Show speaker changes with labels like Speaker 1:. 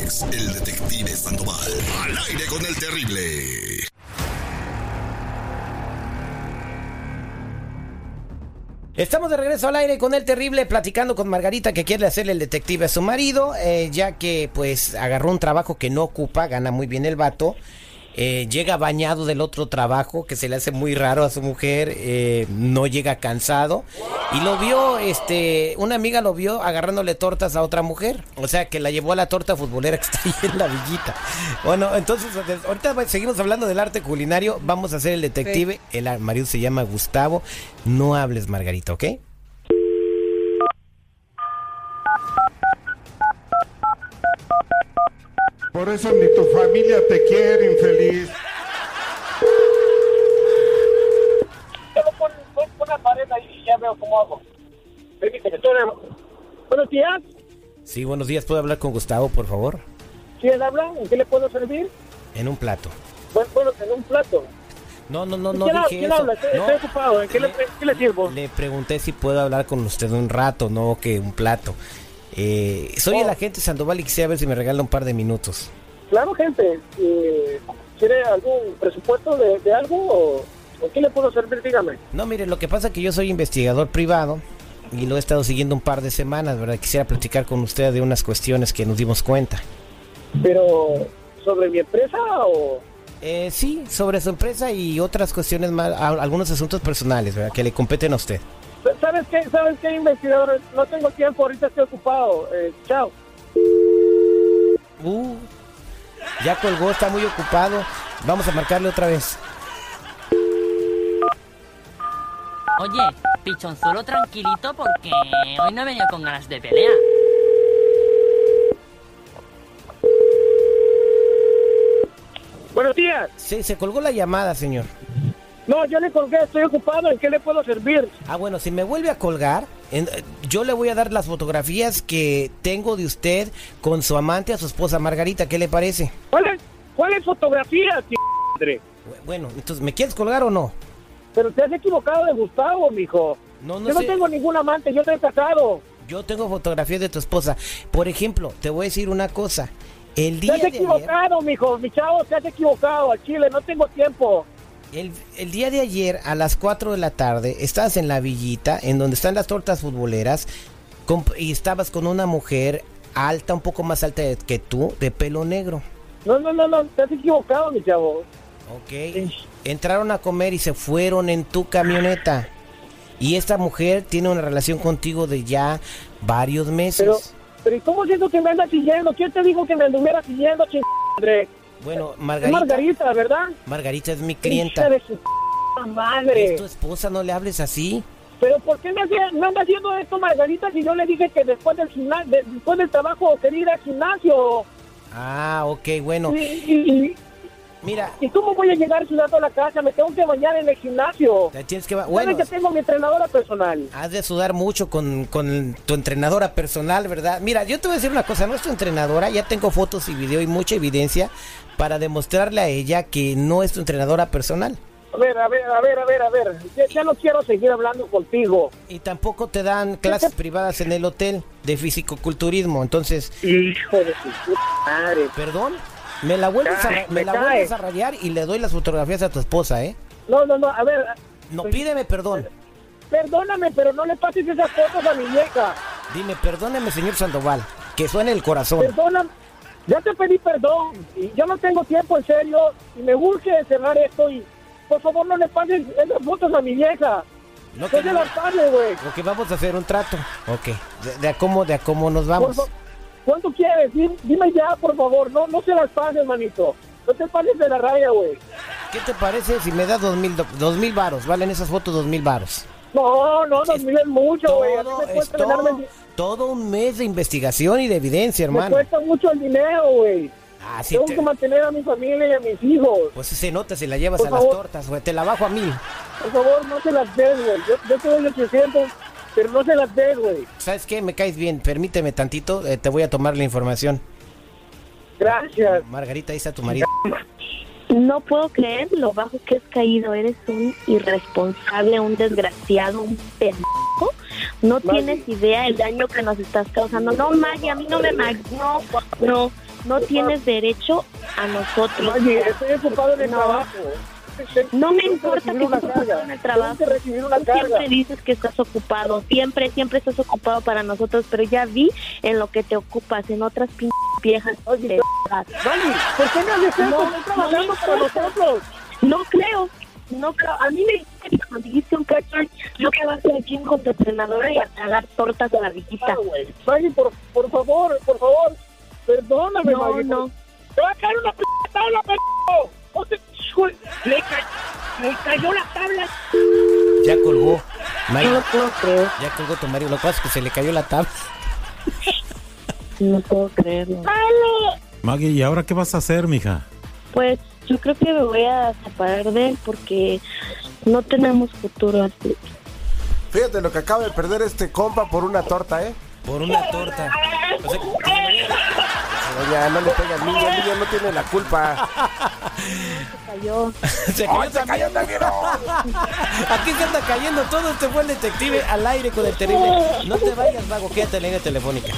Speaker 1: es el detective Sandoval. Al aire con el terrible.
Speaker 2: Estamos de regreso al aire con el terrible, platicando con Margarita que quiere hacerle el detective a su marido, eh, ya que pues agarró un trabajo que no ocupa, gana muy bien el vato, eh, llega bañado del otro trabajo que se le hace muy raro a su mujer, eh, no llega cansado y lo vio, este, una amiga lo vio agarrándole tortas a otra mujer, o sea que la llevó a la torta futbolera que está ahí en la villita. Bueno, entonces ahorita seguimos hablando del arte culinario, vamos a hacer el detective, el marido se llama Gustavo, no hables Margarita, ¿ok?
Speaker 3: Por eso ni tu familia te quiere, infeliz.
Speaker 4: Pero pon, pon una pared ahí y ya veo cómo hago. Permíteme, tú eres- Buenos días.
Speaker 2: Sí, buenos días, ¿puedo hablar con Gustavo, por favor?
Speaker 4: ¿Quién habla? ¿En qué le puedo servir?
Speaker 2: En un plato.
Speaker 4: Bueno, bueno, en un plato.
Speaker 2: No, no, no, no
Speaker 4: ¿Quién, ha-
Speaker 2: dije
Speaker 4: quién
Speaker 2: eso.
Speaker 4: habla? Estoy,
Speaker 2: No,
Speaker 4: estoy ocupado. ¿En qué le, en qué le sirvo?
Speaker 2: le pregunté si puedo hablar con usted un rato, no que un plato. Eh, soy
Speaker 4: Oh.
Speaker 2: el agente Sandoval y quisiera ver si me regala un par de minutos.
Speaker 4: Claro, gente. eh, ¿Quiere algún presupuesto de, de algo? ¿O en qué le puedo servir? Dígame.
Speaker 2: No, mire, lo que pasa es que yo soy investigador privado y lo he estado siguiendo un par de semanas, ¿verdad? Quisiera platicar con usted de unas cuestiones que nos dimos cuenta.
Speaker 4: ¿Pero sobre mi empresa o...?
Speaker 2: Eh, sí, sobre su empresa y otras cuestiones más, a- algunos asuntos personales, ¿verdad? Que le competen a usted.
Speaker 4: ¿Sabes qué, ¿Sabes qué, investigador? No tengo tiempo, ahorita estoy ocupado. Eh, chao.
Speaker 2: Uh, ya colgó, está muy ocupado. Vamos a marcarle otra vez.
Speaker 5: Oye, pichonzuelo tranquilito porque hoy no he venido con ganas de pelea.
Speaker 4: Buenos días.
Speaker 2: Sí, se colgó la llamada, señor.
Speaker 4: No, yo le colgué, estoy ocupado. ¿En qué le puedo servir?
Speaker 2: Ah, bueno, si me vuelve a colgar, en- eh, yo le voy a dar las fotografías que tengo de usted con su amante, a su esposa Margarita. ¿Qué le parece?
Speaker 4: ¿Cuáles cuáles fotografías, t- madre?
Speaker 2: Bu- Bueno, entonces, ¿me quieres colgar o no?
Speaker 4: Pero te has equivocado de Gustavo, mijo.
Speaker 2: No, no
Speaker 4: yo
Speaker 2: sé.
Speaker 4: no tengo ningún amante, yo estoy casado.
Speaker 2: Yo tengo fotografías de tu esposa. Por ejemplo, te voy a decir una cosa. El
Speaker 4: Te
Speaker 2: día
Speaker 4: has
Speaker 2: de ayer,
Speaker 4: equivocado, mijo. Mi chavo, te has equivocado. Al chile, no tengo tiempo.
Speaker 2: el, el día de ayer a las 4 de la tarde, estás en la villita, en donde están las tortas futboleras, comp- y estabas con una mujer alta, un poco más alta que tú, de pelo negro.
Speaker 4: No, no, no, no, te has equivocado, mi chavo.
Speaker 2: Ok. Entraron a comer y se fueron en tu camioneta. Y esta mujer tiene una relación contigo de ya varios meses.
Speaker 4: Pero, pero ¿y cómo siento que me andas siguiendo? ¿Quién te dijo que me anduviera siguiendo, ching... madre?
Speaker 2: bueno,
Speaker 4: Es
Speaker 2: Margarita, Margarita.
Speaker 4: Margarita, ¿verdad?
Speaker 2: es mi
Speaker 4: Hija
Speaker 2: clienta.
Speaker 4: de su p- madre.
Speaker 2: Es tu esposa, no le hables así.
Speaker 4: Pero ¿por qué me, hacía- me anda haciendo esto, Margarita, si yo le dije que después del, gimna- de- después del trabajo quería ir al gimnasio?
Speaker 2: Ah, ok, bueno.
Speaker 4: Y, y-
Speaker 2: Mira,
Speaker 4: y- ¿y cómo voy a llegar sudando a la casa? Me tengo que bañar en el gimnasio.
Speaker 2: te tienes que... ba-
Speaker 4: Bueno,
Speaker 2: Bueno,
Speaker 4: que tengo mi entrenadora personal.
Speaker 2: has de sudar mucho con, con tu entrenadora personal, ¿verdad? Mira, yo te voy a decir una cosa. No es tu entrenadora. Ya tengo fotos y video y mucha evidencia para demostrarle a ella que no es tu entrenadora personal.
Speaker 4: A ver, a ver, a ver, a ver, a ver. Ya, ya no quiero seguir hablando contigo.
Speaker 2: Y tampoco te dan clases privadas en el hotel de fisicoculturismo. Entonces,
Speaker 4: Hijo de su puta madre.
Speaker 2: perdón, me la vuelves, a,
Speaker 4: Ay,
Speaker 2: me
Speaker 4: me
Speaker 2: la
Speaker 4: cae.
Speaker 2: vuelves a rayar y le doy las fotografías a tu esposa, ¿eh?
Speaker 4: No, no, no, a ver.
Speaker 2: No,
Speaker 4: Pues
Speaker 2: pídeme perdón.
Speaker 4: Perdóname, pero no le pases esas fotos a mi vieja.
Speaker 2: Dime, perdóneme, señor Sandoval, que suene el corazón.
Speaker 4: Perdóname. Ya te pedí perdón. Y yo no tengo tiempo, en serio. Y me urge cerrar esto. Y por favor, no le pases esas fotos a mi vieja.
Speaker 2: No
Speaker 4: No
Speaker 2: te
Speaker 4: se las pases, güey.
Speaker 2: Lo que vamos a hacer un trato. Ok, de, de a cómo, de a cómo nos
Speaker 4: Por
Speaker 2: vamos.
Speaker 4: fa- ¿Cuánto quieres? Dime, dime ya, por favor. No, no se las pases, manito. No te pases de la raya, güey.
Speaker 2: ¿Qué te parece si me das dos mil, do- dos mil varos? Valen esas fotos dos mil varos.
Speaker 4: No, no, nos
Speaker 2: Es-
Speaker 4: miren mucho, güey. A mí
Speaker 2: Todo,
Speaker 4: me
Speaker 2: es
Speaker 4: cuesta ganarme el
Speaker 2: todo-
Speaker 4: di-
Speaker 2: todo un mes de investigación y de evidencia,
Speaker 4: Me
Speaker 2: hermano.
Speaker 4: cuesta mucho el dinero, güey.
Speaker 2: Así
Speaker 4: Tengo
Speaker 2: te-
Speaker 4: que mantener a mi familia y a mis hijos.
Speaker 2: Pues se nota si la llevas
Speaker 4: Por
Speaker 2: a las
Speaker 4: favor.
Speaker 2: tortas, güey. Te la bajo a mil.
Speaker 4: Por favor, no se las des, güey. Yo, yo te doy 800, pero no se las des, güey.
Speaker 2: ¿Sabes qué? Me caes bien. Permíteme tantito. eh, te voy a tomar la información.
Speaker 4: Gracias.
Speaker 2: Margarita, ahí está tu marido.
Speaker 6: No puedo creer lo bajo que has caído. Eres un irresponsable, un desgraciado, un pendejo. No
Speaker 4: Maggie.
Speaker 6: tienes idea el daño que nos estás causando. No, Maggie, a mí no me mag... No, no, No tienes derecho a nosotros.
Speaker 4: Oye, estoy ocupado en el
Speaker 6: No.
Speaker 4: trabajo.
Speaker 6: No
Speaker 4: Tengo
Speaker 6: me
Speaker 4: que
Speaker 6: importa
Speaker 4: recibir
Speaker 6: que
Speaker 4: una
Speaker 6: estés ocupado
Speaker 4: carga.
Speaker 6: en el
Speaker 4: Tengo
Speaker 6: trabajo.
Speaker 4: que recibir una
Speaker 6: Tú
Speaker 4: carga.
Speaker 6: siempre dices que estás ocupado. Siempre, siempre estás ocupado para nosotros. Pero ya vi en lo que te ocupas, en otras pin- viejas.
Speaker 4: Oye,
Speaker 6: pendejas.
Speaker 4: Dani, ¿por qué me haces esto?
Speaker 6: No,
Speaker 4: Estoy trabajando
Speaker 6: no me
Speaker 4: para
Speaker 6: importa.
Speaker 4: nosotros.
Speaker 6: No creo. No creo. A mí me dijiste que cuando dijiste un cachón, no que vas al gym con tu entrenadora y a tragar tortas de barriguita.
Speaker 4: Ah, güey. Maggie, por, por favor, por favor. Perdóname,
Speaker 6: No,
Speaker 4: Maggie.
Speaker 6: no.
Speaker 4: Te va a caer una p tabla, p. O sea, híjole, le, ca- le cayó la tabla.
Speaker 2: Ya colgó.
Speaker 6: No
Speaker 2: Mario,
Speaker 6: lo puedo creer.
Speaker 2: ya colgó tu Mario. Lo que pasa es que se le cayó la tabla.
Speaker 6: No puedo creerlo.
Speaker 4: ¡Dale!
Speaker 7: Maggie, ¿y ahora qué vas a hacer, mija?
Speaker 6: Pues yo creo que me voy a separar de él porque no tenemos futuro así.
Speaker 8: Fíjate lo que acaba de perder este compa por una torta, ¿eh?
Speaker 2: Por una torta. O sea,
Speaker 8: Pero ya no le pega al niño, el niño no tiene la culpa.
Speaker 6: Cayó.
Speaker 2: se cayó
Speaker 8: ¡Ay, se cayó
Speaker 2: también.
Speaker 8: también!
Speaker 2: Aquí se anda cayendo todo este buen detective al aire con el terrible. No te vayas, vago, quédate en la línea telefónica.